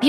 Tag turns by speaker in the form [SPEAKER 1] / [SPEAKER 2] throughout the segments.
[SPEAKER 1] 美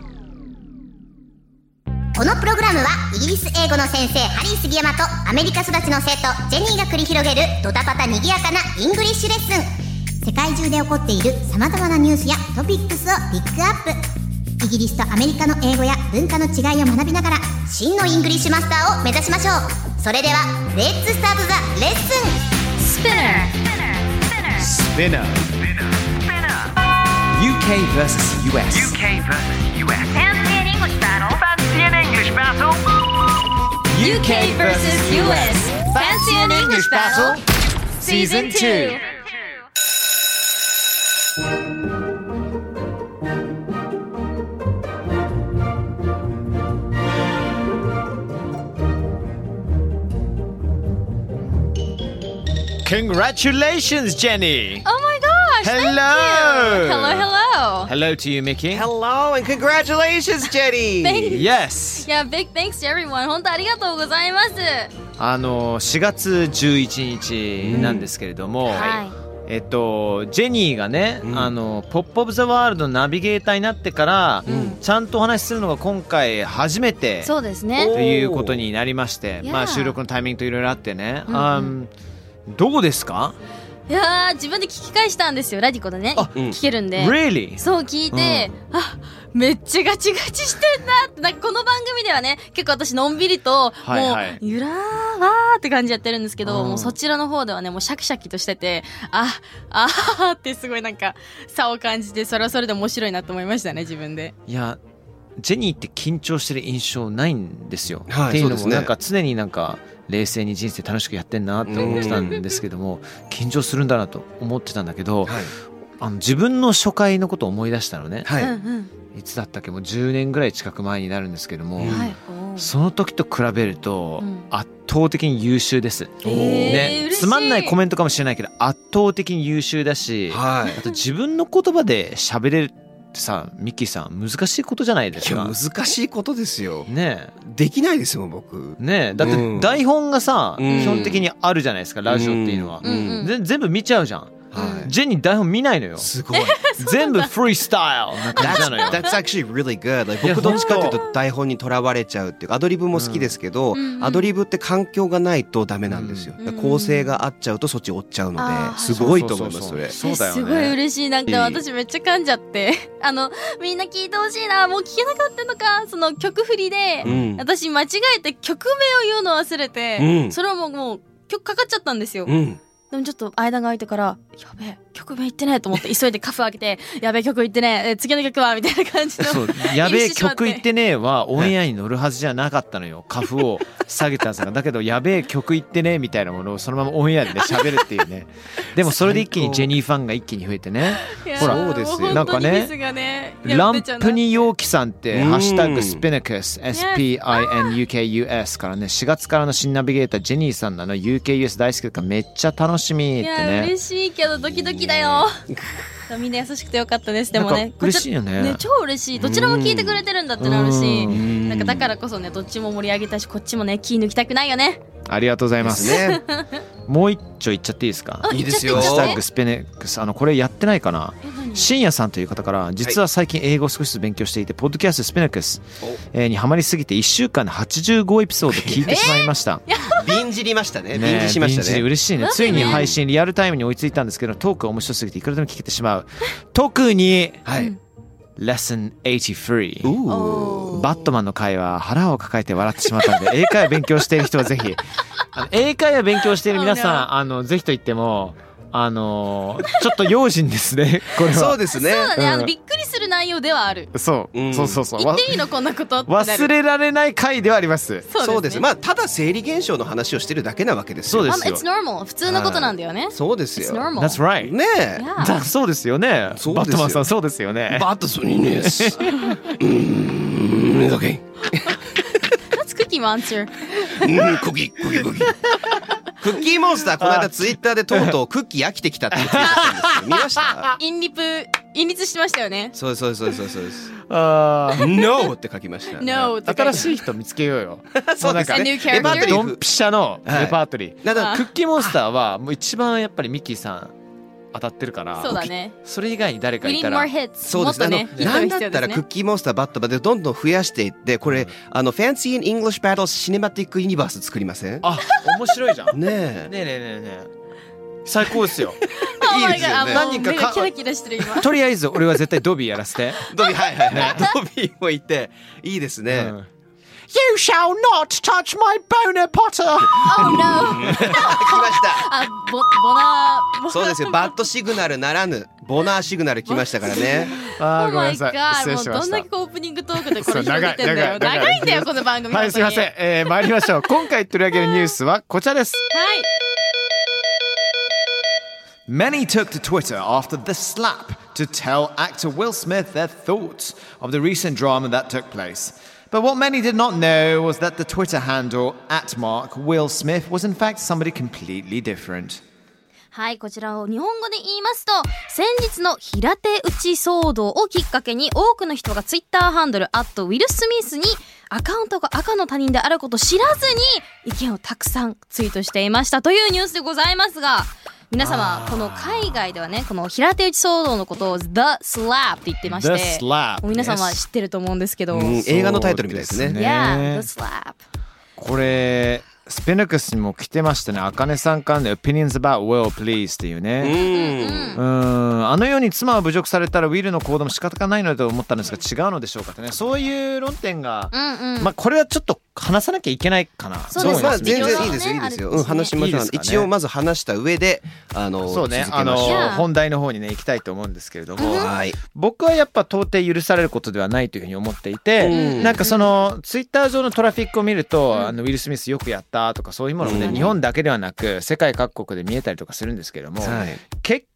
[SPEAKER 2] このプログラムはイギリス英語の先生ハリー杉山とアメリカ育ちの生徒ジェニーが繰り広げるドタパタにぎやかなイングリッシュレッスン世界中で起こっている様々なニュースやトピックスをピックアップイギリスとアメリカの英語や文化の違いを学びながら真のイングリッシュマスターを目指しましょうそれではレッツスタートザレッスン
[SPEAKER 3] Spinner. UK versus US.
[SPEAKER 4] UK versus US. Fancy an English battle. Fancy an English battle.
[SPEAKER 3] UK versus
[SPEAKER 5] US. Fancy an English battle?
[SPEAKER 3] Season 2. Congratulations, Jenny.
[SPEAKER 5] Oh my gosh! thank
[SPEAKER 3] Hello.
[SPEAKER 5] you. Hello, hello.
[SPEAKER 3] Hello to you, Mickey.
[SPEAKER 6] Hello and congratulations, Jenny!
[SPEAKER 5] Thank you.
[SPEAKER 3] Yes.
[SPEAKER 5] Yeah, big thanks to everyone. 本当ありがとうございます。
[SPEAKER 3] あの4月11日なんですけれども、
[SPEAKER 5] はい。
[SPEAKER 3] えっと、ジェニーがね、
[SPEAKER 6] うん
[SPEAKER 3] あの「ポップ・オブ・ザ・ワールド」ナビゲーターになってから、
[SPEAKER 5] ん
[SPEAKER 3] ちゃんとお話しするのが今回初めて
[SPEAKER 5] そうですね。
[SPEAKER 3] ということになりまして、
[SPEAKER 5] Yeah
[SPEAKER 3] まあ、収録のタイミングといろいろあってね、
[SPEAKER 5] うんうん
[SPEAKER 3] あんどうですか、
[SPEAKER 5] いやー自分で聞き返したんですよ。ラジコでね。
[SPEAKER 6] うん
[SPEAKER 5] 聞けるんで。
[SPEAKER 3] ?Really?
[SPEAKER 5] そう聞いて、あめっちゃガチガチしてんなってなんかこの番組ではね結構私のんびりと、
[SPEAKER 3] はいはい
[SPEAKER 5] もうゆらーわーって感じやってるんですけど、
[SPEAKER 3] うん
[SPEAKER 5] もうそちらの方ではねもうシャキシャキとしててああーってすごいなんか差を感じてそれはそれで面白いなと思いましたね自分で。
[SPEAKER 3] いやジェニーって緊張してる印象ないんですよ。
[SPEAKER 6] はい
[SPEAKER 3] っていうの
[SPEAKER 6] そうで
[SPEAKER 3] も
[SPEAKER 6] すね
[SPEAKER 3] なんか常になんか冷静に人生楽しくやってんなって思ってたんですけども緊張するんだなと思ってたんだけど、
[SPEAKER 6] はい
[SPEAKER 3] あの自分の初回のことを思い出したのね。
[SPEAKER 6] はい
[SPEAKER 5] うんうん
[SPEAKER 3] いつだったっけもう10年ぐらい近く前になるんですけども、
[SPEAKER 6] うん
[SPEAKER 5] はい。
[SPEAKER 3] その時と比べると
[SPEAKER 5] うん
[SPEAKER 3] 圧倒的に優秀です、
[SPEAKER 5] えー
[SPEAKER 3] ね、
[SPEAKER 5] 嬉しい
[SPEAKER 3] つまんないコメントかもしれないけど圧倒的に優秀だしあ
[SPEAKER 6] はい
[SPEAKER 3] と自分の言葉で喋れるってさミッキーさん難しいことじゃないで
[SPEAKER 6] い
[SPEAKER 3] す
[SPEAKER 6] や
[SPEAKER 3] か
[SPEAKER 6] 難しいことですよ。
[SPEAKER 3] ね
[SPEAKER 6] できないですもん僕
[SPEAKER 3] え。ねえだっ
[SPEAKER 6] う
[SPEAKER 3] て
[SPEAKER 6] ん
[SPEAKER 3] 台本がさ、
[SPEAKER 6] うん
[SPEAKER 3] 基本的にあるじゃないですかラジオっていうのは、
[SPEAKER 5] うんうん
[SPEAKER 3] ぜ全部見ちゃうじゃん
[SPEAKER 6] は
[SPEAKER 3] ジェニー台本見ないのよ
[SPEAKER 6] い。すごい。
[SPEAKER 3] 全部フリースタイルな感じなのよ
[SPEAKER 6] That's actually really good. Like,
[SPEAKER 3] いや
[SPEAKER 6] 僕どっちかというと台本にとらわれちゃうっていうかアドリブも好きですけど、
[SPEAKER 5] うんうん
[SPEAKER 6] アドリブって環境がないとダメなんですよ。
[SPEAKER 5] うん
[SPEAKER 6] だから構成が合っちゃうとそっち追っちゃうの
[SPEAKER 5] あー
[SPEAKER 6] で、すごいと思いますそれ。
[SPEAKER 3] そうだよね
[SPEAKER 5] すごい嬉しいなん
[SPEAKER 6] いい
[SPEAKER 5] か私めっちゃ噛んじゃって あのみんな聞いてほしいなもう聞けなかったのかその曲振りで、
[SPEAKER 6] うん
[SPEAKER 5] 私間違えて曲名を言うの忘れて、
[SPEAKER 6] うん
[SPEAKER 5] それはもうもう曲かかっちゃったんですよ、
[SPEAKER 6] うん。
[SPEAKER 5] でもちょっと間が空いてから「やべえ曲名言ってねえ」と思って急いでカフ開けて 「やべえ曲言ってねええ次の曲は」みたいな感じの
[SPEAKER 3] そうやべえ
[SPEAKER 5] 言ってしまって
[SPEAKER 3] 曲言ってねえはオンエアに乗るはずじゃなかったのよカフを下げたんですがだけどやべえ曲言ってねえみたいなものをそのままオンエアでね喋るっていうねでもそれで一気にジェニーファンが一気に増えてね
[SPEAKER 5] いやー
[SPEAKER 3] ほら
[SPEAKER 5] も
[SPEAKER 6] そうですよ
[SPEAKER 5] 本当に
[SPEAKER 3] なんかね
[SPEAKER 5] ミスがね
[SPEAKER 3] ランプニ
[SPEAKER 5] よ
[SPEAKER 3] 容器さんって
[SPEAKER 6] う
[SPEAKER 3] 「
[SPEAKER 6] ん
[SPEAKER 3] ハッシュタグスピナクス SPINUKUS」からね4月からの新ナビゲータージェニーさんなの UKUS 大好きだからめっちゃ楽しみっ
[SPEAKER 5] い
[SPEAKER 3] て
[SPEAKER 5] やー
[SPEAKER 3] ね
[SPEAKER 5] 嬉しいけどドキドキだよ みんな優しくてよかったですでも
[SPEAKER 3] なん
[SPEAKER 5] ね
[SPEAKER 3] か嬉しいよね
[SPEAKER 5] ね、超嬉しいどちらも聞いてくれてるんだってなるし
[SPEAKER 3] うん
[SPEAKER 5] なんかだからこそねどっちも盛り上げたしこっちもね気抜きたくないよね
[SPEAKER 3] ありがとうござ
[SPEAKER 6] で
[SPEAKER 3] い ますす
[SPEAKER 6] ね。
[SPEAKER 3] もう一丁いっちゃっていいですか
[SPEAKER 5] あ
[SPEAKER 6] いいですよ
[SPEAKER 5] 言
[SPEAKER 3] ハッ
[SPEAKER 5] っち
[SPEAKER 3] シ
[SPEAKER 5] ゃ
[SPEAKER 3] ュタ
[SPEAKER 5] って言っ
[SPEAKER 3] グスペネックスあのこれやってないかな深夜さんという方から実は最近英語を少しずつ勉強していて、ポッドキャストスペネックスえーにハマりすぎて1週間で85エピソード聞いてしまいました、
[SPEAKER 6] 便じりましたね。
[SPEAKER 3] ね
[SPEAKER 6] 便じしました
[SPEAKER 3] 便利
[SPEAKER 6] ね。
[SPEAKER 3] 嬉しいね
[SPEAKER 5] だって
[SPEAKER 3] つ
[SPEAKER 5] ね
[SPEAKER 3] いに配信リアルタイムに追いついたんですけどトークが面白すぎていくらでも聞けてしまう特に
[SPEAKER 6] はい。
[SPEAKER 3] レッスン
[SPEAKER 6] う
[SPEAKER 3] 83
[SPEAKER 5] て
[SPEAKER 6] ー
[SPEAKER 5] おー
[SPEAKER 3] バットマンの会は腹を抱えて笑ってしまった ので英会話勉強している人はぜひあの英会話勉強している皆さ
[SPEAKER 5] Oh
[SPEAKER 3] んあのぜひと言ってもあのちょっと用心ですねこれは
[SPEAKER 6] そうですね。
[SPEAKER 5] そうだね、あ
[SPEAKER 3] う
[SPEAKER 5] の
[SPEAKER 3] ん
[SPEAKER 5] びっくりする内容ではある
[SPEAKER 3] そう、
[SPEAKER 6] うん
[SPEAKER 3] そうそうそう
[SPEAKER 5] 言
[SPEAKER 3] わ
[SPEAKER 5] っていいのこんなことってなる
[SPEAKER 3] 忘れられない回ではあります
[SPEAKER 6] そうです。
[SPEAKER 5] ね
[SPEAKER 6] まあただ生理現象の話をしてるだけなわけですよ。
[SPEAKER 3] そうで
[SPEAKER 5] あ
[SPEAKER 3] すよ
[SPEAKER 5] It's normal 普通のことなんだよね
[SPEAKER 6] そうですよ
[SPEAKER 5] It's。normal
[SPEAKER 3] That's right、
[SPEAKER 6] ねえ。
[SPEAKER 5] Yeah
[SPEAKER 3] だそうですよね
[SPEAKER 6] そう
[SPEAKER 3] バ
[SPEAKER 6] ですよ
[SPEAKER 3] ットマンさんそうですよね
[SPEAKER 6] バットソニーです。うん、オッケー。
[SPEAKER 5] キーモンスター。
[SPEAKER 6] うん、クッキー、クッキー、クッキー。クッキーモンスター、この間ツイッターでとうとうクッキー飽きてきたって言ってたんですけど見ました
[SPEAKER 5] インリプ、インリツしてましたよね。
[SPEAKER 6] そうそうそうそうそうです。
[SPEAKER 3] あ
[SPEAKER 6] NO! って書きました。
[SPEAKER 5] No!
[SPEAKER 3] ー新しい人見つけようよ
[SPEAKER 6] そうです
[SPEAKER 3] も
[SPEAKER 5] ね A new
[SPEAKER 3] レパートリー
[SPEAKER 5] character
[SPEAKER 3] ドンピシャのレパートリー、
[SPEAKER 6] なん
[SPEAKER 5] あ
[SPEAKER 6] だ
[SPEAKER 3] クッキーモンスターはもう一番やっぱりミッキーさん当たってるから
[SPEAKER 5] そうだね。
[SPEAKER 3] それ以外に誰か
[SPEAKER 5] We
[SPEAKER 3] い
[SPEAKER 5] need
[SPEAKER 3] た
[SPEAKER 5] more
[SPEAKER 3] ら
[SPEAKER 5] hits.
[SPEAKER 6] そう
[SPEAKER 5] も
[SPEAKER 6] で
[SPEAKER 5] っ
[SPEAKER 6] すね。
[SPEAKER 5] と
[SPEAKER 6] あの
[SPEAKER 5] ね、ヒッ
[SPEAKER 6] な
[SPEAKER 5] ト
[SPEAKER 6] んだ
[SPEAKER 5] 必
[SPEAKER 6] っ
[SPEAKER 5] 要
[SPEAKER 6] た
[SPEAKER 5] で
[SPEAKER 6] らク
[SPEAKER 5] す
[SPEAKER 6] ッ
[SPEAKER 5] ね。
[SPEAKER 6] キーモンスターバットバでどんどん増やしていって、これ、あの、Fancy in English Battles Cinematic Universe 作りません
[SPEAKER 3] あ面白いじゃん ね
[SPEAKER 6] ねえ。
[SPEAKER 3] えねえねえねえ最高ですよ
[SPEAKER 6] いいですよね。
[SPEAKER 5] あ、もう
[SPEAKER 3] 何人
[SPEAKER 5] 目
[SPEAKER 3] かか
[SPEAKER 5] がキラキラしてる今。
[SPEAKER 3] とりあえず俺は絶対ドビーやらせて、
[SPEAKER 6] ドビー、はいはいはい。 ドビーもいて、いいです
[SPEAKER 3] う
[SPEAKER 6] ね。
[SPEAKER 3] ん You shall not touch my boner potter!
[SPEAKER 5] Oh no!
[SPEAKER 6] あ来ました。
[SPEAKER 5] あ、ボ、ボナー、ボ
[SPEAKER 6] そうですよ。バッドシグナルならぬ、ボナーシグナル来ましたからね。
[SPEAKER 3] あーごめんな
[SPEAKER 5] Oh
[SPEAKER 3] さ
[SPEAKER 5] my god
[SPEAKER 3] い。失礼し
[SPEAKER 5] も
[SPEAKER 3] ま
[SPEAKER 5] うどん
[SPEAKER 3] し
[SPEAKER 5] だ
[SPEAKER 3] た
[SPEAKER 5] け。こうオープニングトークでこ
[SPEAKER 3] そ
[SPEAKER 5] れ
[SPEAKER 3] う
[SPEAKER 5] 広げてんだよ。
[SPEAKER 3] 長い長い長い
[SPEAKER 5] 長いんだよ、この番組。
[SPEAKER 3] はい、すいませ
[SPEAKER 5] 本
[SPEAKER 3] ん。えー、参りましょう。今回取り上げるニュースはこちらです。
[SPEAKER 5] 当に。はい。
[SPEAKER 3] Many took to Twitter after the slap to tell actor Will Smith their thoughts of the recent drama that took place. But what many did not know was that the Twitter handle at Mark Will Smith was in fact somebody completely different.
[SPEAKER 5] はい、こちらを日本語で言いますと、先日の平手打ち騒動をきっかけに多くの人がツイッターハンドル、アットウィル・スミスにアカウントが赤の他人であることを知らずに意見をたくさんツイートしていましたというニュースでございますが、皆様、この海外ではね、この平手打ち騒動のことを The Slap って言ってまして、
[SPEAKER 3] The slap
[SPEAKER 5] もう皆様
[SPEAKER 3] yes
[SPEAKER 5] 知ってると思うんですけど、
[SPEAKER 6] うん映画のタイトルみたいです
[SPEAKER 3] そう
[SPEAKER 6] ね。
[SPEAKER 3] で
[SPEAKER 5] Yeah, The Slap.
[SPEAKER 3] これ、スペナクスにも来てましたね。あかねさんからの Opinions about Will Please っていうね。
[SPEAKER 6] うん。
[SPEAKER 3] うーんあのように妻を侮辱されたらウィルの行動も仕方がないのだと思ったんですが違うのでしょうかってねそういう論点が、
[SPEAKER 5] うんうん。
[SPEAKER 3] まあこれはちょっと話さなきゃいけないかな
[SPEAKER 5] そう
[SPEAKER 6] まあまあ
[SPEAKER 3] 思いま
[SPEAKER 5] です
[SPEAKER 3] す
[SPEAKER 6] 全
[SPEAKER 5] ね
[SPEAKER 6] 然いいですよいいですよ。うん話しましょ
[SPEAKER 3] いいうですかね
[SPEAKER 6] 一応まず話した上であの
[SPEAKER 3] そうね
[SPEAKER 6] 続
[SPEAKER 3] あ
[SPEAKER 6] け
[SPEAKER 3] の
[SPEAKER 6] ましょう。
[SPEAKER 5] Yeah
[SPEAKER 3] 本題の方にね行きたいと思うんですけれども、
[SPEAKER 6] はい。
[SPEAKER 3] 僕はやっぱ到底許されることではないというふうに思っていて、
[SPEAKER 6] うん
[SPEAKER 3] なんかそのツイッター上のトラフィックを見ると、あのウィル・スミスよくやったとかそういうものもね、
[SPEAKER 6] うん
[SPEAKER 3] 日本だけではなく世界各国で見えたりとかするんですけれども、
[SPEAKER 6] はい。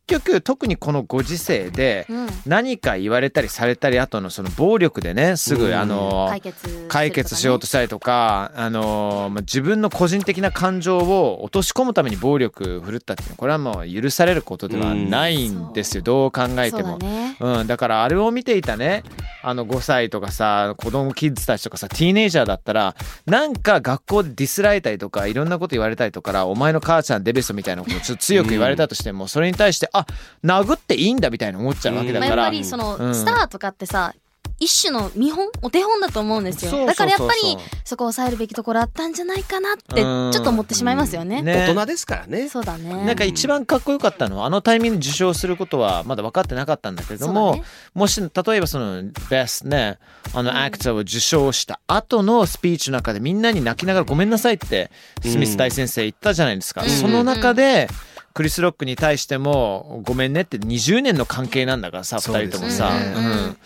[SPEAKER 3] 結局特にこのご時世で
[SPEAKER 5] うん
[SPEAKER 3] 何か言われたりされたり後のその暴力でねすぐ、
[SPEAKER 6] うん
[SPEAKER 3] あの
[SPEAKER 5] 解決するとかね
[SPEAKER 3] 解決しようとしたりとか、あのまあ自分の個人的な感情を落とし込むために暴力を振るったっていうのはこれはもう許されることではないんですよ、
[SPEAKER 5] うん
[SPEAKER 3] どう考えて
[SPEAKER 5] そ
[SPEAKER 3] も
[SPEAKER 5] うだ。ね。
[SPEAKER 3] うん、だからあれを見ていたねあの5歳とかさ子供キッズたちとかさティーネイジャーだったらなんか学校でディスられたりとかいろんなこと言われたりとかお前の母ちゃんデベソみたいなことをちょっと強く言われたとしても、それに対してあ殴っていいんだみたいな思っちゃうわけだ
[SPEAKER 5] まあ、
[SPEAKER 3] か
[SPEAKER 5] やっ
[SPEAKER 3] ら、
[SPEAKER 5] ぱりその、
[SPEAKER 3] うん
[SPEAKER 5] スターとかってさ一種の見本お手本だと思うんですよ
[SPEAKER 3] そうそうそう
[SPEAKER 5] だからやっぱ
[SPEAKER 3] そう
[SPEAKER 5] りそこを抑えるべきところあったんじゃないかなってち
[SPEAKER 3] う
[SPEAKER 5] ょ
[SPEAKER 3] ん
[SPEAKER 5] っと思ってしまいますよね。
[SPEAKER 3] ね
[SPEAKER 6] 大人ですからね。
[SPEAKER 5] そうだね
[SPEAKER 3] なんか一番かっこよかったのはあのタイミングで受賞することはまだ分かってなかったんだけれども、
[SPEAKER 5] そうだね
[SPEAKER 3] もし例えばそのベスねあのアクターを受賞した後のスピーチの中でみんなに泣きながら「ごめんなさい」ってスミス大先生言ったじゃないですか、
[SPEAKER 5] うん
[SPEAKER 3] その中でクリス・ロックに対しても「ごめんね」って20年の関係なんだからさ
[SPEAKER 6] そう
[SPEAKER 3] 2
[SPEAKER 6] です
[SPEAKER 3] 人と
[SPEAKER 6] ね
[SPEAKER 3] もさ。
[SPEAKER 5] うんうんうん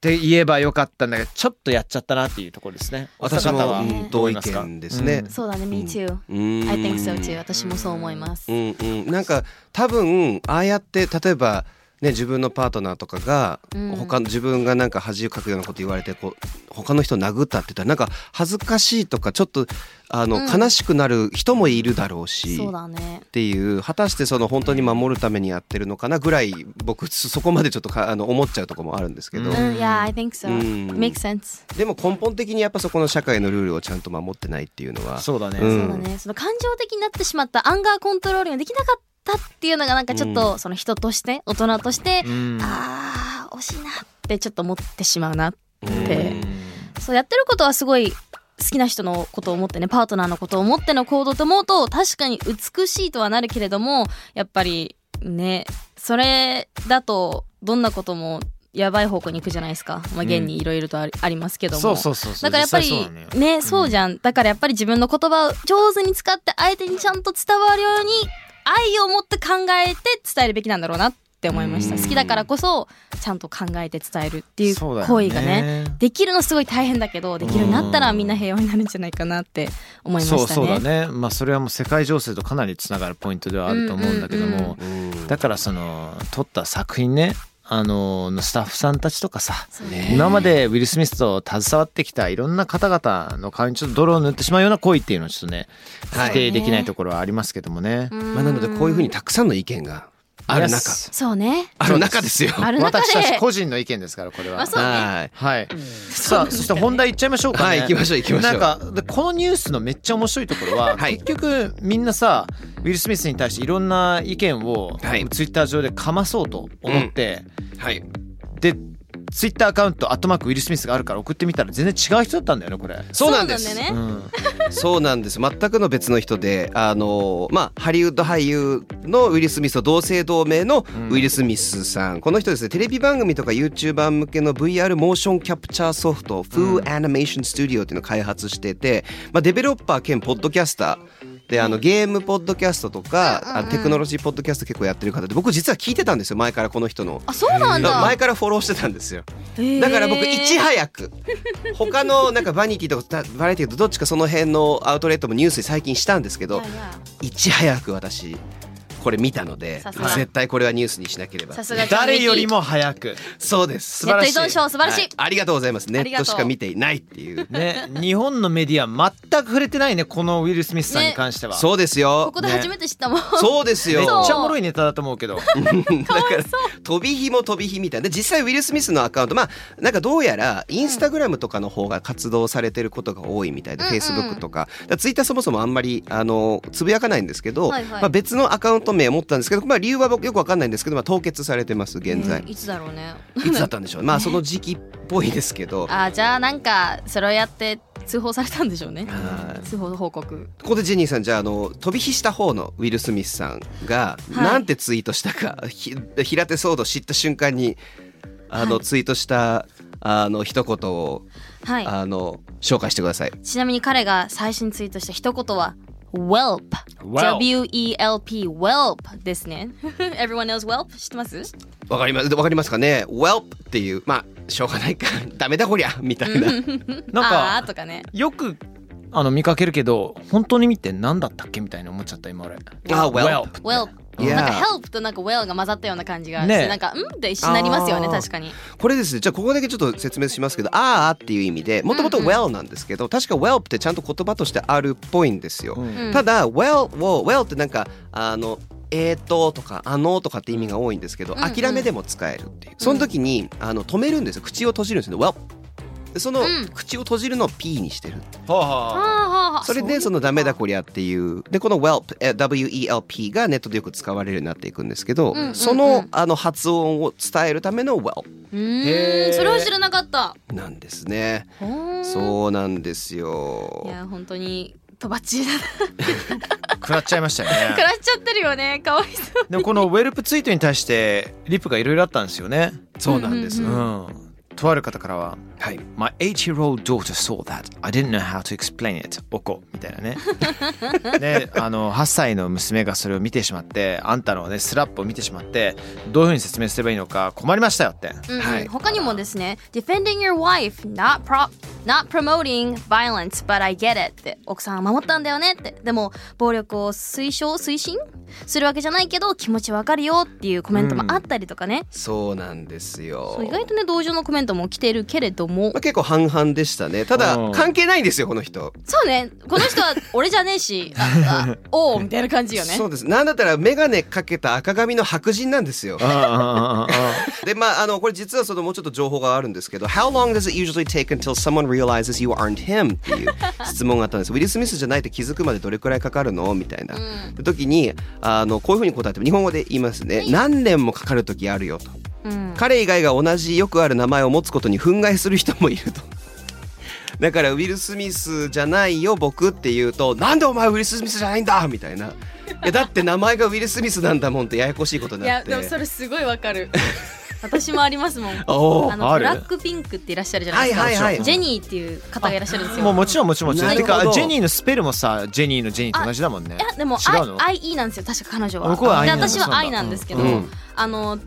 [SPEAKER 3] って言えばよかったんだけどちょっとやっちゃったなっていうところですね。
[SPEAKER 6] 私も
[SPEAKER 3] お二方は
[SPEAKER 6] うん
[SPEAKER 3] どう
[SPEAKER 6] 同
[SPEAKER 3] 思い
[SPEAKER 6] 意
[SPEAKER 3] ますか
[SPEAKER 6] 見ですね。
[SPEAKER 5] そうだね Me too、
[SPEAKER 6] うん
[SPEAKER 5] I think so too 私もそう思います、
[SPEAKER 6] うんうん、なんか多分ああやって例えば、ね、自分のパートナーとかが、
[SPEAKER 5] うん
[SPEAKER 6] 他の自分がなんか恥をかくようなこと言われてこう他の人を殴ったって言ったらなんか恥ずかしいとかちょっとあの、
[SPEAKER 5] うん
[SPEAKER 6] 悲しくなる人もいるだろうし。
[SPEAKER 5] そうだね
[SPEAKER 6] っていう果たしてその本当に守るためにやってるのかなぐらい僕そそこまでちょっとかあの思っちゃうとこもあるんですけど、
[SPEAKER 5] うん、Yeah I think so、
[SPEAKER 6] うん
[SPEAKER 5] Makes sense
[SPEAKER 6] でも根本的にやっぱそこの社会のルールをちゃんと守ってないっていうのは
[SPEAKER 3] そうだね、
[SPEAKER 6] うん
[SPEAKER 5] そうだねその感情的になってしまったアンガーコントロールができなかったっていうのがなんかちょっと、その人として大人として、
[SPEAKER 3] うん
[SPEAKER 5] あー惜しいなってちょっと思ってしまうなって
[SPEAKER 3] うん
[SPEAKER 5] そうやってることはすごい好きな人のことを思ってねパートナーのことを思っての行動と思うと確かに美しいとはなるけれどもやっぱりねそれだとどんなこともやばい方向に行くじゃないですか、まあ、現にいろいろとあり,、ありますけども
[SPEAKER 3] そうそうそうそう
[SPEAKER 5] だからやっぱ
[SPEAKER 3] 実際
[SPEAKER 5] り
[SPEAKER 3] そうなのよ
[SPEAKER 5] ねそうじゃんだからやっぱり自分の言葉を上手に使って相手にちゃんと伝わるように愛を持って考えて伝えるべきなんだろうなって思いました
[SPEAKER 6] うん
[SPEAKER 5] 好きだからこそちゃんと考えて伝えるっていう
[SPEAKER 3] そう
[SPEAKER 5] 行
[SPEAKER 3] だよ
[SPEAKER 5] 為がねできるのすごい大変だけどできるようになったら
[SPEAKER 3] うん
[SPEAKER 5] みんな平和になるんじゃないかなって思いました
[SPEAKER 3] そ
[SPEAKER 5] ね
[SPEAKER 3] うそうだね、まあ、それはもう世界情勢とかなりつながるポイントではあると思うんだけども、
[SPEAKER 6] うん
[SPEAKER 3] だからその撮った作品ねあののスタッフさんたちとかさ
[SPEAKER 5] そう
[SPEAKER 6] ね
[SPEAKER 3] 今までウィル・スミスと携わってきたいろんな方々の顔にちょっと泥を塗ってしまうような行為っていうのはちょっとね
[SPEAKER 6] はい
[SPEAKER 3] 否定できないところはありますけどもね。
[SPEAKER 6] まあ、なのでこういうふうにたくさんの意見がある中
[SPEAKER 3] Yes
[SPEAKER 5] そうね
[SPEAKER 6] ある中ですよ。
[SPEAKER 5] ある中で
[SPEAKER 3] 私たち個人の意見ですからこれは。
[SPEAKER 5] まあそう
[SPEAKER 6] はい。
[SPEAKER 3] はい。さあそして本題いっちゃいましょうかね。
[SPEAKER 6] はい、行きましょう行きましょう。
[SPEAKER 3] なんかでこのニュースのめっちゃ面白いところは、
[SPEAKER 6] はい
[SPEAKER 3] 結局みんなさウィル・スミスに対していろんな意見を、
[SPEAKER 6] はい
[SPEAKER 3] ツイッター上でかまそうと思って、
[SPEAKER 6] はい。
[SPEAKER 3] でツイッターアカウント「アットマークウィル・スミス」があるから送ってみたら全然違う人だったんだよねこれ。
[SPEAKER 6] そうなんです。
[SPEAKER 5] そう
[SPEAKER 6] そう
[SPEAKER 5] なんだよね
[SPEAKER 3] うん
[SPEAKER 6] なんです。全くの別の人で、あのまあハリウッド俳優のウィルスミスと同姓同名のウィルスミスさん。この人ですね。テレビ番組とか YouTuber 向けの VR モーションキャプチャーソフト、Foo Animation Studio っていうのを開発してて、まあデベロッパー兼ポッドキャスター。であのゲームポッドキャストとか、あテクノロジーポッドキャスト結構やってる方で僕実は聞いてたんですよ前からこの人の
[SPEAKER 5] あそうなんだ
[SPEAKER 6] 前からフォローしてたんですよ
[SPEAKER 5] へえ
[SPEAKER 6] だから僕いち早く他のなんかバニティとかバラエティとかどっちかその辺のアウトレットもニュースに最近したんですけ
[SPEAKER 5] い
[SPEAKER 6] ど
[SPEAKER 5] やいや
[SPEAKER 6] いち早く私これ見たので
[SPEAKER 5] さすが
[SPEAKER 6] 絶対これはニュースにしなければ
[SPEAKER 5] さすが
[SPEAKER 3] 誰よりも早く。
[SPEAKER 6] そうです
[SPEAKER 5] ネット依存症素晴らしい
[SPEAKER 6] はありがとうございますネ
[SPEAKER 5] あり
[SPEAKER 6] ッ
[SPEAKER 5] がと
[SPEAKER 6] ト
[SPEAKER 5] う
[SPEAKER 6] しか見ていないっていう
[SPEAKER 3] ね、 日本のメディア全く触れてないねこのウィル・スミスさんに関しては、
[SPEAKER 6] そうです
[SPEAKER 5] こ
[SPEAKER 6] よ
[SPEAKER 5] こで初めて知ったもん、
[SPEAKER 6] そうですよ
[SPEAKER 3] めっちゃ
[SPEAKER 5] そう
[SPEAKER 3] おもろいネタだと思う けど
[SPEAKER 6] だから飛び火も飛び火みたいなで実際ウィル・スミスのアカウントまあなんかどうやらインスタグラムとかの方が活動されてることが多いみたいで、
[SPEAKER 5] うんうん
[SPEAKER 6] Facebook とかツイッターそもそもあんまりあのつぶやかないんですけど、
[SPEAKER 5] はいはい
[SPEAKER 6] まあ、別のアカウント名を持ったんですけど、まあ、理由は僕よくわかんないんですけど、まあ、凍結されてます現在、
[SPEAKER 5] うんいつだろうね
[SPEAKER 6] いつだったんでしょうまあその時期っぽいですけど
[SPEAKER 5] あじゃあなんかそれをやって通報されたんでしょうね
[SPEAKER 6] はい
[SPEAKER 5] 通報報告
[SPEAKER 6] ここでジェニーさんじゃああの飛び火した方のウィル・スミスさんが、
[SPEAKER 5] はい
[SPEAKER 6] なんてツイートしたかひ平手騒動知った瞬間にあの、
[SPEAKER 5] はい
[SPEAKER 6] ツイートしたあの一言を、
[SPEAKER 5] はい
[SPEAKER 6] あの紹介してください。
[SPEAKER 5] ちなみに彼が最初にツイートした一言は Welp
[SPEAKER 3] Welp
[SPEAKER 5] W-E-L-P Welp ですね Everyone knows Welp 知ってます
[SPEAKER 6] わかりますわかりますかね ?Welp っていうまあしょうがないか ダメだこりゃみたいな。
[SPEAKER 3] なん
[SPEAKER 5] あ
[SPEAKER 3] か
[SPEAKER 5] ーとかね
[SPEAKER 3] よくあの見かけるけど本当に見て何だったっけみたいに思っちゃった今俺
[SPEAKER 6] あ Welp。
[SPEAKER 3] Welp
[SPEAKER 5] Welp
[SPEAKER 6] いや
[SPEAKER 5] なんか Help となんか Well が混ざったような感じがし
[SPEAKER 3] ね
[SPEAKER 5] てなんかうんって一緒になりますよね
[SPEAKER 6] あー
[SPEAKER 5] 確かに
[SPEAKER 6] これですねじゃあここだけちょっと説明しますけど「あーあ」っていう意味でもともと
[SPEAKER 5] うんう
[SPEAKER 6] Well なんですけど確か Welp ってちゃんと言葉としてあるっぽいんですよ。
[SPEAKER 3] うん
[SPEAKER 5] うん
[SPEAKER 6] ただ well を well ってなんかあのえーととかあのとかって意味が多いんですけど、
[SPEAKER 5] うんうん
[SPEAKER 6] 諦めでも使えるっていうその時にあの止めるんですよ口を閉じるんですよね well でその
[SPEAKER 5] うん
[SPEAKER 6] 口を閉じるのを P にしてる
[SPEAKER 5] はあ
[SPEAKER 3] はあ
[SPEAKER 5] はあ
[SPEAKER 6] それでそのダメだこりゃっていうでこの welp え WELP がネットでよく使われるようになっていくんですけど、
[SPEAKER 5] んうんうん
[SPEAKER 6] そのあの発音を伝えるための well
[SPEAKER 5] う
[SPEAKER 3] へー
[SPEAKER 5] ーんそれは知らなかった
[SPEAKER 6] なんですね
[SPEAKER 5] ほーん
[SPEAKER 6] そうなんです
[SPEAKER 5] い
[SPEAKER 6] よ
[SPEAKER 5] や本当にとばっちりだな
[SPEAKER 3] 食らっちゃいましたよ
[SPEAKER 5] 暮
[SPEAKER 3] ね
[SPEAKER 5] らしちゃってるよねかわいそう
[SPEAKER 3] でもこのウェルプツイートに対してリプがいろいろあったんですよね
[SPEAKER 6] そうなんです、
[SPEAKER 3] う、
[SPEAKER 5] うん
[SPEAKER 3] とある方からは
[SPEAKER 6] はい
[SPEAKER 3] My eight-year-old daughter saw that. I didn't know how to explain it. おこみたいなね。ね、あの8歳の娘がそれを見てしまって、あんたのねスラップを見てしまって、どういうふうに説明すればいいのか困りましたよって。
[SPEAKER 5] うんうん
[SPEAKER 6] はい
[SPEAKER 5] 他にもですね「Defending your wife not, pro not promoting violence but I get it」って奥さんは守ったんだよねってでも暴力を推奨推進するわけじゃないけど気持ちわかるよっていうコメントもあったりとかね、
[SPEAKER 6] そうなんですよ
[SPEAKER 5] そう意外とね同情のコメントも来てるけれども
[SPEAKER 6] まあ、結構半々でしたねただ
[SPEAKER 3] うん
[SPEAKER 6] 関係ないんですよこの人、
[SPEAKER 5] そうねこの人は 俺じゃねえしああ おうみたいな感じよね
[SPEAKER 6] そうですなんだったら眼鏡かけた赤髪の白人なんですよ
[SPEAKER 3] あああああ
[SPEAKER 6] でまああのこれ実はそのもうちょっと情報があるんですけど「How long does it usually take until someone realizes you aren't him?」っていう質問があったんですウィル・スミスじゃないって気づくまでどれくらいかかるのみたいな、で時にあのこういうふうに答えて日本語で言いますね何年もかかる時あるよと
[SPEAKER 5] うん
[SPEAKER 6] 彼以外が同じよくある名前を持つことに憤慨する人もいると。 だからウィル・スミスじゃないよ僕って言うと「なんでお前ウィル・スミスじゃないんだ!」みたいな「いやだって名前がウィル・スミスなんだもん」ってややこしいことに
[SPEAKER 5] い
[SPEAKER 6] な
[SPEAKER 5] や
[SPEAKER 6] って
[SPEAKER 5] でもそれすごいわかる 私もありますもん
[SPEAKER 6] おー
[SPEAKER 5] あ
[SPEAKER 3] あ
[SPEAKER 5] のブ
[SPEAKER 3] る
[SPEAKER 5] ラックピンクっていらっしゃるじゃないですか、
[SPEAKER 6] はいはいはい
[SPEAKER 5] ジェニーっていう方がいらっしゃるんですよ
[SPEAKER 3] もうもちろんもちろんもちろん。て
[SPEAKER 6] なるほ
[SPEAKER 3] か
[SPEAKER 6] ど
[SPEAKER 3] ジェニーのスペルもさ、ジェニーのジェニーと同じだもんね
[SPEAKER 5] いや。でも
[SPEAKER 3] 違うの
[SPEAKER 5] I- IE なんですよ確か彼女は
[SPEAKER 3] 僕は IE
[SPEAKER 5] で
[SPEAKER 3] なんだ
[SPEAKER 5] 私
[SPEAKER 3] そうな
[SPEAKER 5] は
[SPEAKER 3] んだ
[SPEAKER 5] I なんですけど、
[SPEAKER 6] うん
[SPEAKER 5] あの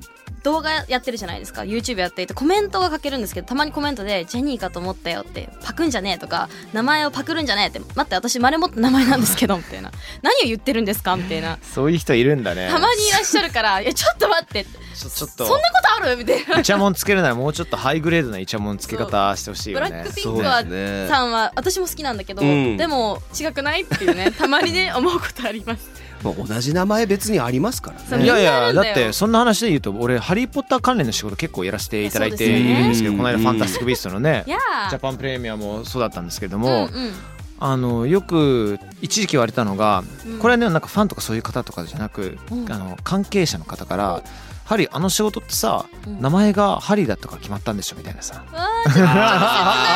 [SPEAKER 5] 動画やってるじゃないですか YouTube やっていてコメントが書けるんですけどたまにコメントで「ジェニーかと思ったよ」って「パクんじゃねえ」とか「名前をパクるんじゃねえ」って「待って私丸持って名前なんですけど」みたいな「何を言ってるんですか?」みたいな
[SPEAKER 3] そういう人いるんだね
[SPEAKER 5] たまにいらっしゃるから「いやちょっと待って」
[SPEAKER 3] ちょちょっ
[SPEAKER 5] そ
[SPEAKER 3] と
[SPEAKER 5] んなことある?」みたいな
[SPEAKER 3] イ。チャモンつけるならもうちょっとハイグレードなイチャモンつけ方してほしいよ
[SPEAKER 5] ブラ
[SPEAKER 3] ね
[SPEAKER 5] ックピン
[SPEAKER 6] そ
[SPEAKER 5] ク
[SPEAKER 6] う
[SPEAKER 5] は
[SPEAKER 6] ですね
[SPEAKER 5] さんは私も好きなんだけど、
[SPEAKER 6] うん
[SPEAKER 5] でも違くないっていうねたまにね思うことあります
[SPEAKER 6] まあ、同じ名前別にありますから
[SPEAKER 5] そう
[SPEAKER 6] ね
[SPEAKER 3] いやい
[SPEAKER 5] み
[SPEAKER 3] や
[SPEAKER 5] んな
[SPEAKER 3] だっ
[SPEAKER 5] あるんだよ
[SPEAKER 3] てそんな話で言うと俺ハリー・ポッター関連の仕事結構やらせていただいているん
[SPEAKER 6] そうで
[SPEAKER 3] ですけど
[SPEAKER 6] すよね
[SPEAKER 3] この間「ファンタスティック・ビースト」のね
[SPEAKER 5] いや
[SPEAKER 3] ジャ
[SPEAKER 5] ー
[SPEAKER 3] パンプレミアもそうだったんですけど
[SPEAKER 5] うん
[SPEAKER 3] も、
[SPEAKER 5] うん
[SPEAKER 3] あのよく一時期言われたのが、
[SPEAKER 5] うん
[SPEAKER 3] これはねなんかファンとかそういう方とかじゃなく、
[SPEAKER 5] うん
[SPEAKER 3] あの関係者の方から「ハリーあの仕事ってさ、
[SPEAKER 5] うん
[SPEAKER 3] 名前がハリーだったから決まったんでしょ」みたいなさ。
[SPEAKER 5] わーちょっと切ない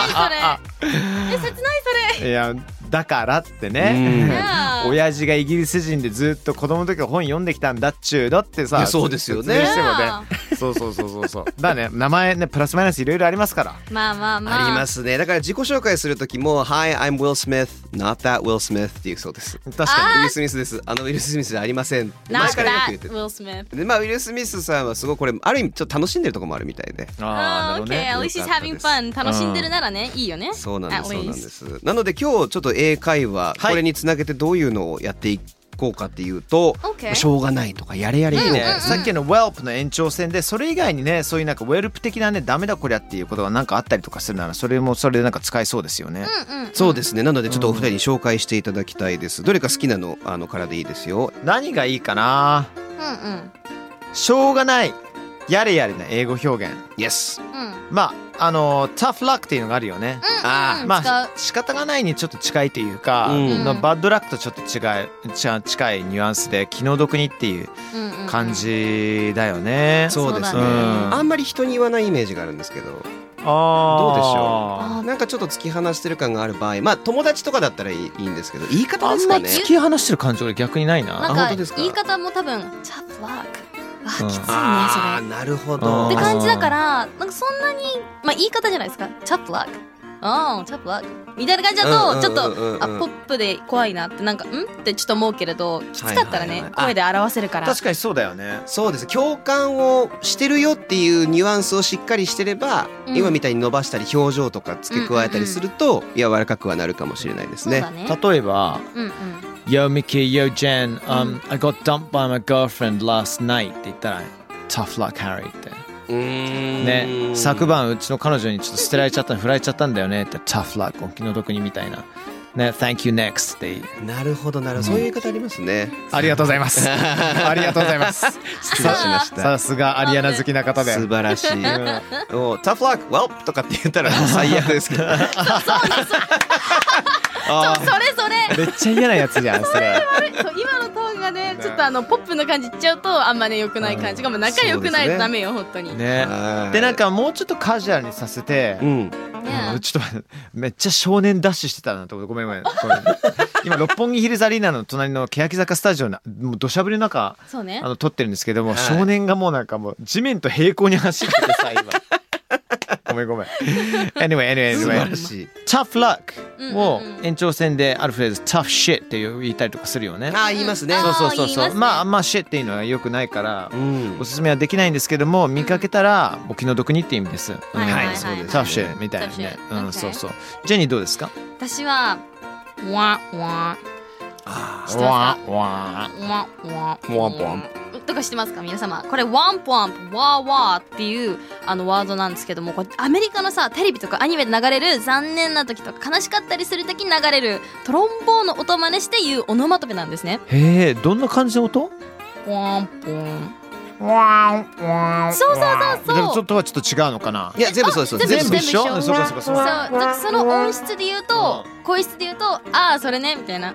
[SPEAKER 5] それ え切ないそれ
[SPEAKER 3] いやだからって
[SPEAKER 6] うん
[SPEAKER 5] い
[SPEAKER 3] ね。
[SPEAKER 5] や ー
[SPEAKER 3] 親父がイギリス人でずっと子供の時から本読んできたんだっちゅうのって
[SPEAKER 6] い
[SPEAKER 3] さ
[SPEAKER 6] やそうですよね
[SPEAKER 3] 説明しても
[SPEAKER 5] い
[SPEAKER 3] ね
[SPEAKER 5] や
[SPEAKER 3] そうそうそうそうそう。だね、名前ね、プラスマイナスいろいろありますから。
[SPEAKER 5] まあまあ まあ
[SPEAKER 6] ありますねだから自己紹介する時も「Hi, I'm Will Smith, not that Will Smith」っていうそうです
[SPEAKER 3] 確か
[SPEAKER 6] ウィル・スミスですあのウィル・スミスじゃありません
[SPEAKER 5] な
[SPEAKER 6] 前
[SPEAKER 5] んか
[SPEAKER 6] からよく言って
[SPEAKER 5] Will Smith
[SPEAKER 6] でまあウィル・スミスさんはすごいこれある意味ちょっと楽しんでるとこもあるみたいで
[SPEAKER 3] に。
[SPEAKER 5] あー OK
[SPEAKER 3] ね
[SPEAKER 5] at least she's having fun 楽しんでるならねいいよね
[SPEAKER 6] そうなんです
[SPEAKER 5] At
[SPEAKER 6] そうなん
[SPEAKER 5] least
[SPEAKER 6] ですなので今日ちょっと英会話、
[SPEAKER 3] はい
[SPEAKER 6] これにつなげてどういうのをやっていこうかっていうと、
[SPEAKER 5] OK
[SPEAKER 6] しょうがないとかやれやれ
[SPEAKER 3] いい
[SPEAKER 6] と
[SPEAKER 3] ね
[SPEAKER 6] か、
[SPEAKER 3] さっきの Welp の延長線でそれ以外にねそういうなんか Welp 的なねダメだこりゃっていうことがなんかあったりとかするならそれもそれでなんか使えそうですよね、
[SPEAKER 5] うんうん
[SPEAKER 6] そうですねなのでちょっとお二人に紹介していただきたいですどれか好きなのあのからでいいですよ
[SPEAKER 3] 何がいいかな
[SPEAKER 5] うん
[SPEAKER 3] しょうがないやれやれな英語表現
[SPEAKER 6] Yes
[SPEAKER 5] うんうん
[SPEAKER 3] まああの Tough luck っていうのがあるよね、
[SPEAKER 6] あ
[SPEAKER 5] うん
[SPEAKER 3] ま
[SPEAKER 5] 使う
[SPEAKER 3] あ仕方がないにちょっと近いというか、
[SPEAKER 6] うん
[SPEAKER 3] まあバッドラックとちょっと違いちゃ近いニュアンスで気の毒にっていう
[SPEAKER 5] うんうんうん
[SPEAKER 3] 感じだよね。
[SPEAKER 6] そうです
[SPEAKER 5] そ
[SPEAKER 6] ね
[SPEAKER 5] うだね
[SPEAKER 3] うん
[SPEAKER 6] あんまり人に言わないイメージがあるんですけどどうでし
[SPEAKER 3] あ
[SPEAKER 6] なんかちょっと突き放してる感がある場合まあ友達とかだったらいいいいんですけど言い方
[SPEAKER 3] あ
[SPEAKER 6] で
[SPEAKER 3] ん
[SPEAKER 6] す
[SPEAKER 3] ま
[SPEAKER 6] かね
[SPEAKER 3] 突き放してる感情俺逆にない
[SPEAKER 5] な
[SPEAKER 3] な。
[SPEAKER 6] あ
[SPEAKER 5] ん
[SPEAKER 6] 本
[SPEAKER 5] か
[SPEAKER 6] 当ですか
[SPEAKER 5] 言い方も多分「チャップワーク」わー
[SPEAKER 3] うん
[SPEAKER 5] きついね
[SPEAKER 6] あ
[SPEAKER 5] そ
[SPEAKER 6] ーなるほ
[SPEAKER 3] う
[SPEAKER 6] ど
[SPEAKER 3] ん
[SPEAKER 5] れって
[SPEAKER 3] あ
[SPEAKER 5] 感じだからなんかそんなにまあ言い方じゃないですか「チャップワーク」「あーチャップワーク」みたいな感じだ
[SPEAKER 6] うん
[SPEAKER 5] とちょっと
[SPEAKER 6] うんうんうん
[SPEAKER 5] あポップで怖いなってなんか「ん?」ってちょっと思うけれどきつかったら
[SPEAKER 6] はいはいは
[SPEAKER 5] ね
[SPEAKER 6] いあ
[SPEAKER 5] 声で表せるから
[SPEAKER 3] 確かにそうだよね。
[SPEAKER 6] そうです共感をしてるよっていうニュアンスをしっかりしてれば、
[SPEAKER 5] うん
[SPEAKER 6] 今みたいに伸ばしたり表情とか付け加えたりすると、柔らかくはなるかもしれないです
[SPEAKER 5] そう
[SPEAKER 6] ね。
[SPEAKER 5] だね
[SPEAKER 3] 例えば
[SPEAKER 5] うんうん
[SPEAKER 3] Yo Mickey, Yo Jen, um, I got dumped by my girlfriend last night って言ったら Tough luck Harry って。
[SPEAKER 6] うーん
[SPEAKER 3] ね、昨晩うちの彼女にちょっと捨てられちゃったの振られちゃったんだよねって Tough luck お気の毒にみたいな。ね、Thank you next って。
[SPEAKER 6] なるほどなるほど、そういう言い方ありますね。
[SPEAKER 3] ありがとうござい ます。ありがとうございます。
[SPEAKER 6] 失礼しまし
[SPEAKER 3] さ
[SPEAKER 6] た。
[SPEAKER 3] すがアリアナ好きな方で。
[SPEAKER 6] 素晴らしい。もうタフラック、ワルプとかって言ったら最悪ですけ ど。
[SPEAKER 3] あー
[SPEAKER 5] それそれ
[SPEAKER 3] めっちゃ嫌なやつじゃんそれ。
[SPEAKER 5] そう今のトーン がねちょっとあのポップな感じいっちゃうとあんまね良くない感じがもう仲良くないとダメよ本当に
[SPEAKER 3] ね。
[SPEAKER 5] ね
[SPEAKER 6] はい
[SPEAKER 3] でなん、かもうちょっとカジュアルにさせて、
[SPEAKER 6] うん、
[SPEAKER 3] うんちょっと待ってめっちゃ少年ダッシュしてたなと思ってごめんごめんごめん今六本木ヒルズアリーナの隣の欅坂スタジオのもう土砂降りの中
[SPEAKER 5] そうね
[SPEAKER 3] あの撮ってるんですけども、
[SPEAKER 6] はい
[SPEAKER 3] 少年がもうなんかもう地面と平行に走ってて さ今ごめんごめん Anyway
[SPEAKER 6] 素
[SPEAKER 3] anyway
[SPEAKER 6] 晴ら
[SPEAKER 3] anyway
[SPEAKER 6] しい。
[SPEAKER 3] Tough luck を
[SPEAKER 5] うんうんうん
[SPEAKER 3] 延長戦であるフレーズ Tough shit って言ったりとかするよね
[SPEAKER 6] あー、言いますね。
[SPEAKER 5] あー
[SPEAKER 3] そうそうそう
[SPEAKER 5] 言
[SPEAKER 3] そ
[SPEAKER 5] いうますね
[SPEAKER 3] まあまあ shit っていうのは良くないから
[SPEAKER 6] うん
[SPEAKER 3] おすすめはできないんですけども見かけたらお気の毒にって意味です。うん
[SPEAKER 5] はいはい
[SPEAKER 6] はいそうです
[SPEAKER 3] タフシェみたいなね
[SPEAKER 5] タフ。シ
[SPEAKER 3] う
[SPEAKER 5] ェ
[SPEAKER 3] ん、
[SPEAKER 5] OK
[SPEAKER 3] そうそう。ジェニーどうですか？
[SPEAKER 5] 私はわんわん知っ
[SPEAKER 3] わ
[SPEAKER 5] てます
[SPEAKER 3] ーわ
[SPEAKER 5] ワンワン
[SPEAKER 6] ワンワン
[SPEAKER 5] とか知ってますか皆様これワンポンプワーワーっていうあのワードなんですけどもこれアメリカのさテレビとかアニメで流れる残念な時とか悲しかったりする時に流れるトロンボーンの音真似して言うオノマトペなんですね
[SPEAKER 3] ー。へえ、どんな感じの音？
[SPEAKER 5] ワンポン
[SPEAKER 3] わーわ
[SPEAKER 5] そうそうそうそう
[SPEAKER 3] ちょっとはちょっと違うのかな。
[SPEAKER 6] いや、全部そうです。
[SPEAKER 5] 全部
[SPEAKER 3] 全部一緒
[SPEAKER 5] 全部一緒
[SPEAKER 3] そうかそうかそう
[SPEAKER 5] そう
[SPEAKER 3] か。
[SPEAKER 5] だからその音質で言うと声質で言うとああそれねみたいな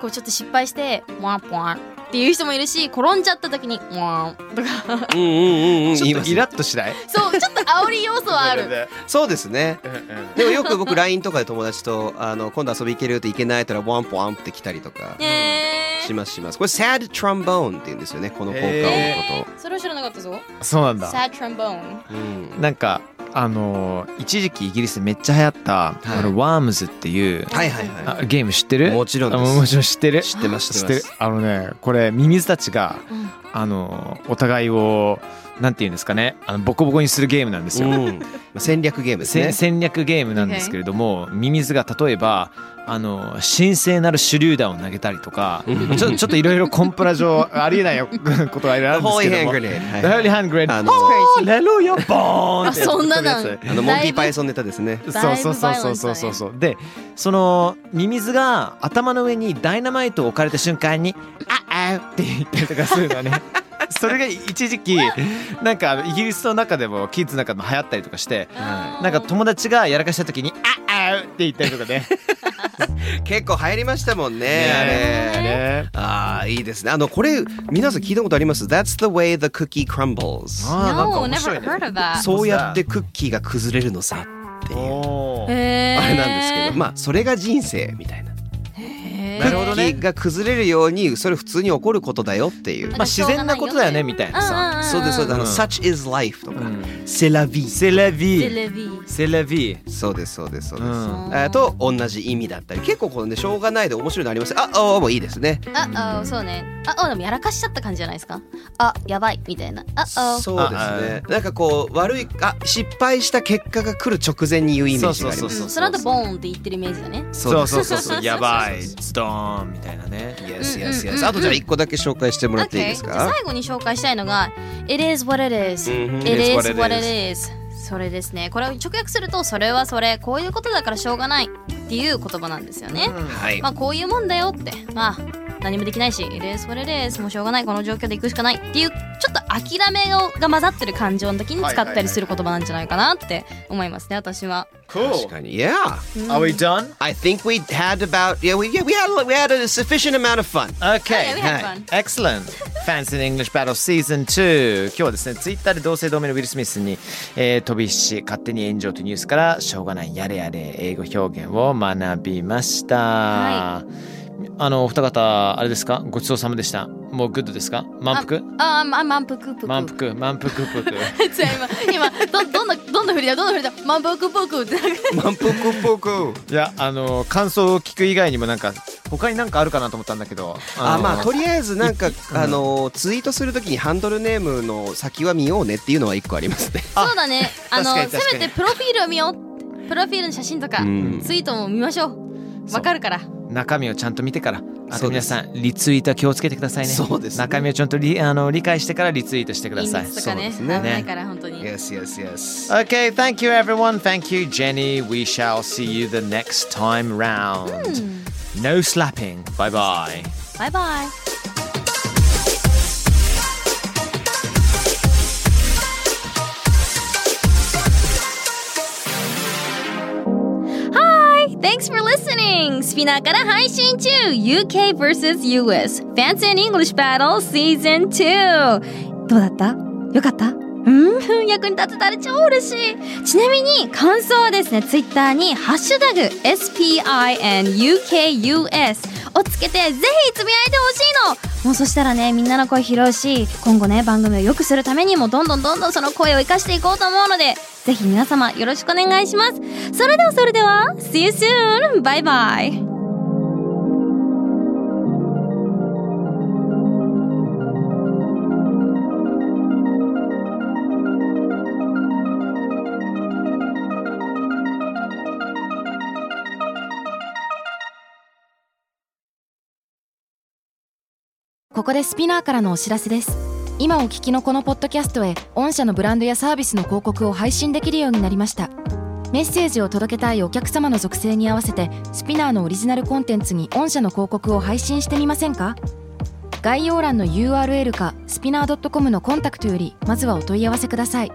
[SPEAKER 5] こうちょっと失敗してワンポンっていう人もいるし転んじゃった時にワンとか
[SPEAKER 6] うんうんうんうん。
[SPEAKER 3] ち
[SPEAKER 6] 言い
[SPEAKER 3] ょ
[SPEAKER 6] ま
[SPEAKER 3] っと
[SPEAKER 6] す
[SPEAKER 3] イラッとしない？
[SPEAKER 5] そうちょっと煽り要素はある。
[SPEAKER 6] そうですね。
[SPEAKER 3] うんうん
[SPEAKER 6] でもよく僕 LINE とかで友達とあの今度遊び行けるって行けないって言ったらワンポワンって来たりとか
[SPEAKER 5] ね
[SPEAKER 6] しますします。これ sad trombone って言うんですよね。この効果音のこ
[SPEAKER 5] それを知らなかったぞ。
[SPEAKER 3] そうなんだ。
[SPEAKER 5] サートランボーン。
[SPEAKER 6] と。うん。
[SPEAKER 3] なんかあのー一時期イギリスでめっちゃ流行った
[SPEAKER 6] い
[SPEAKER 3] あのワームズっていう
[SPEAKER 6] はいはいは
[SPEAKER 3] あゲーム知ってる？
[SPEAKER 6] い。もちろん
[SPEAKER 3] あ
[SPEAKER 6] です。
[SPEAKER 3] もちろん知ってる。
[SPEAKER 6] 知ってます
[SPEAKER 3] 知
[SPEAKER 6] 知
[SPEAKER 3] っ
[SPEAKER 6] ってて
[SPEAKER 3] る
[SPEAKER 6] ます。
[SPEAKER 3] あのねこれミミズたちが、
[SPEAKER 5] うん
[SPEAKER 3] あのお互いをなんていうんですかねあのボコボコにするゲームなんですよ、
[SPEAKER 6] うん戦略ゲームです
[SPEAKER 3] せ
[SPEAKER 6] ね
[SPEAKER 3] ん。戦略ゲームなんですけれども、ミミズが例えばあの神聖なる手榴弾を投げたりとかちょちょっといろいろコンプラ上ありえないよ ことがいろいろあるんです
[SPEAKER 6] ホーイヘ
[SPEAKER 3] けど
[SPEAKER 6] ン
[SPEAKER 3] も
[SPEAKER 6] グレー
[SPEAKER 3] 「
[SPEAKER 6] ド
[SPEAKER 3] ダ
[SPEAKER 6] は
[SPEAKER 3] イ
[SPEAKER 6] い
[SPEAKER 3] リハングレン」
[SPEAKER 6] あ
[SPEAKER 3] 「
[SPEAKER 6] の
[SPEAKER 3] おーレロよボーン!」って
[SPEAKER 5] あそんななん
[SPEAKER 3] 飛ぶやつ
[SPEAKER 6] あのモン
[SPEAKER 5] だ
[SPEAKER 6] テ
[SPEAKER 5] い
[SPEAKER 6] ィ
[SPEAKER 5] ぶ
[SPEAKER 6] パイソンネタですね。
[SPEAKER 5] だ
[SPEAKER 3] そ
[SPEAKER 5] いうぶ
[SPEAKER 3] そうそう
[SPEAKER 5] バイオレ
[SPEAKER 3] そ
[SPEAKER 5] ン
[SPEAKER 3] う
[SPEAKER 5] スだ
[SPEAKER 3] そ
[SPEAKER 5] ね
[SPEAKER 3] うそうそうでそのミミズが頭の上にダイナマイトを置かれた瞬間に「ああ」って言ったりとかするの ねそれが一時期なんかイギリスの中でもキッズの中でも流行ったりとかしてなんか友達がやらかした時に「ああ」って言ったりとかね
[SPEAKER 6] 結構流行りましたもんね。あれ。
[SPEAKER 3] ね
[SPEAKER 6] ああいいですね。あのこれ皆さん聞いたことあります？That's the way the cookie crumbles。
[SPEAKER 3] ああなんか
[SPEAKER 5] No,
[SPEAKER 3] 面白
[SPEAKER 5] never
[SPEAKER 3] いね
[SPEAKER 5] heard of that
[SPEAKER 6] そうやってクッキーが崩れるのさっていう
[SPEAKER 3] おー
[SPEAKER 5] へー
[SPEAKER 6] あれなんですけど、まあそれが人生みたいな。
[SPEAKER 5] へー
[SPEAKER 3] なるほどね
[SPEAKER 6] クッキーが崩れるようにそれ普通に起こることだよっていう。
[SPEAKER 3] まあ自然なことだよねみたいな
[SPEAKER 5] うんうん
[SPEAKER 3] さ
[SPEAKER 6] そ
[SPEAKER 5] ん
[SPEAKER 6] うですそうです。あの、
[SPEAKER 3] うん
[SPEAKER 6] such is life とか、
[SPEAKER 3] ん
[SPEAKER 6] c'est la vie。
[SPEAKER 3] セラ
[SPEAKER 5] テ
[SPEAKER 3] ビー
[SPEAKER 5] レビ
[SPEAKER 3] セラビー
[SPEAKER 6] そうですそうですそうです。
[SPEAKER 3] うん
[SPEAKER 6] えーと同じ意味だったり結構このねしょうがないで面白いのありますああもういいですね
[SPEAKER 5] ああそうねああでもやらかしちゃった感じじゃないですかあやばいみたいなああ
[SPEAKER 6] そうですねなんかこう悪いあ失敗した結果が来る直前に言うイメージがあります
[SPEAKER 3] そうそうそう
[SPEAKER 5] その後ボーンって言ってるイメージだね
[SPEAKER 3] そうそうそう
[SPEAKER 6] です
[SPEAKER 3] そうやばいドーンみたいなね
[SPEAKER 6] Yes,
[SPEAKER 5] う
[SPEAKER 6] yes,
[SPEAKER 5] んうんうん
[SPEAKER 6] yes. あとじゃあ一個だけ紹介してもらっていいです
[SPEAKER 5] Okay じゃあ
[SPEAKER 6] か
[SPEAKER 5] 最後に紹介したいのが It is what it is、
[SPEAKER 6] うんうん
[SPEAKER 5] It
[SPEAKER 3] It
[SPEAKER 5] is
[SPEAKER 3] is
[SPEAKER 5] what
[SPEAKER 3] what
[SPEAKER 5] it
[SPEAKER 3] it
[SPEAKER 5] is それですねこれを直訳するとそれはそれこういうことだからしょうがないっていう言葉なんですよね、
[SPEAKER 6] はい
[SPEAKER 5] まあこういうもんだよってまあ何もできないし It is what it is もうしょうがないこの状況で行くしかないっていうちょっと諦めをが混ざってる感情の時に使ったりする言葉なんじゃないかなって思いますね私は
[SPEAKER 3] Cool
[SPEAKER 6] 確かに Yeah
[SPEAKER 3] Are we done?
[SPEAKER 6] I think we had about yeah we yeah, we had we had a sufficient amount of fun
[SPEAKER 3] Okay.
[SPEAKER 5] Yeah, we had
[SPEAKER 6] Hi.
[SPEAKER 5] fun
[SPEAKER 3] Excellent! Fancy in English Battle Season 2! 今日はですね、ツイッターで同姓同名のウィル・スミスに、えー飛び火し、勝手に炎上というニュースから、しょうがないやれやれ英語表現を学びました。
[SPEAKER 5] は
[SPEAKER 3] あの、お二方、あれですかごちそうさまでした。もうグッドですか満腹
[SPEAKER 5] ああま満腹ぷく
[SPEAKER 3] 満 腹、満腹ぷく。
[SPEAKER 5] そう今今ど どんなどんな振りだどんな振りだ満腹ぷくって
[SPEAKER 6] 満腹ポク
[SPEAKER 3] いや、あの、感想を聞く以外にもなんか、他になんかあるかなと思ったんだけど。
[SPEAKER 6] あ
[SPEAKER 3] の
[SPEAKER 6] まあとりあえずなんかあのツイートするときにハンドルネームの先は見ようねっていうのは一個ありますね
[SPEAKER 5] そうだね。あの
[SPEAKER 3] 確かに
[SPEAKER 5] せ
[SPEAKER 3] 確か
[SPEAKER 5] め
[SPEAKER 3] に
[SPEAKER 5] てプロフィールを見よう。プロフィールの写真とか、
[SPEAKER 6] うん
[SPEAKER 5] ツイートも見ましょう。
[SPEAKER 3] そう
[SPEAKER 5] わかるから。
[SPEAKER 3] 中身をちゃんと見てからあ
[SPEAKER 6] そ
[SPEAKER 3] と
[SPEAKER 6] うで
[SPEAKER 3] 皆
[SPEAKER 6] す
[SPEAKER 3] さんリツイートは気をつけてくださいね
[SPEAKER 6] そうですね
[SPEAKER 3] 中身をちゃんとりあの理解してからリツイートしてくだ
[SPEAKER 5] イン
[SPEAKER 3] さい
[SPEAKER 5] スとかね。危
[SPEAKER 6] ね
[SPEAKER 5] ないから本当 に。
[SPEAKER 6] Yes yes yes
[SPEAKER 3] Okay, thank you everyone. Thank you, Jenny. We shall see you the next time round. No slapping. Bye bye.
[SPEAKER 5] バイバイ。Thanks for listening! スピナーから配信中 !UK vs.US Fancy and English Battle Season 2! どうだったよかった うん役に立てたら超嬉しいちなみに感想はですね、ツイッターにハッシュタグ SPINUKUS をつけてぜひつぶやいてほしいのもうそしたらね、みんなの声拾うし、今後ね、番組を良くするためにもどんどんどんどんその声を生かしていこうと思うので、ぜひ皆様よろしくお願いします。それではそれでは See you soon! バイバイ
[SPEAKER 7] ここでスピナーからのお知らせです今お聞きのこのポッドキャストへ御社のブランドやサービスの広告を配信できるようになりましたメッセージを届けたいお客様の属性に合わせてスピナーのオリジナルコンテンツに御社の広告を配信してみませんか概要欄の URL かスピナー .com のコンタクトよりまずはお問い合わせください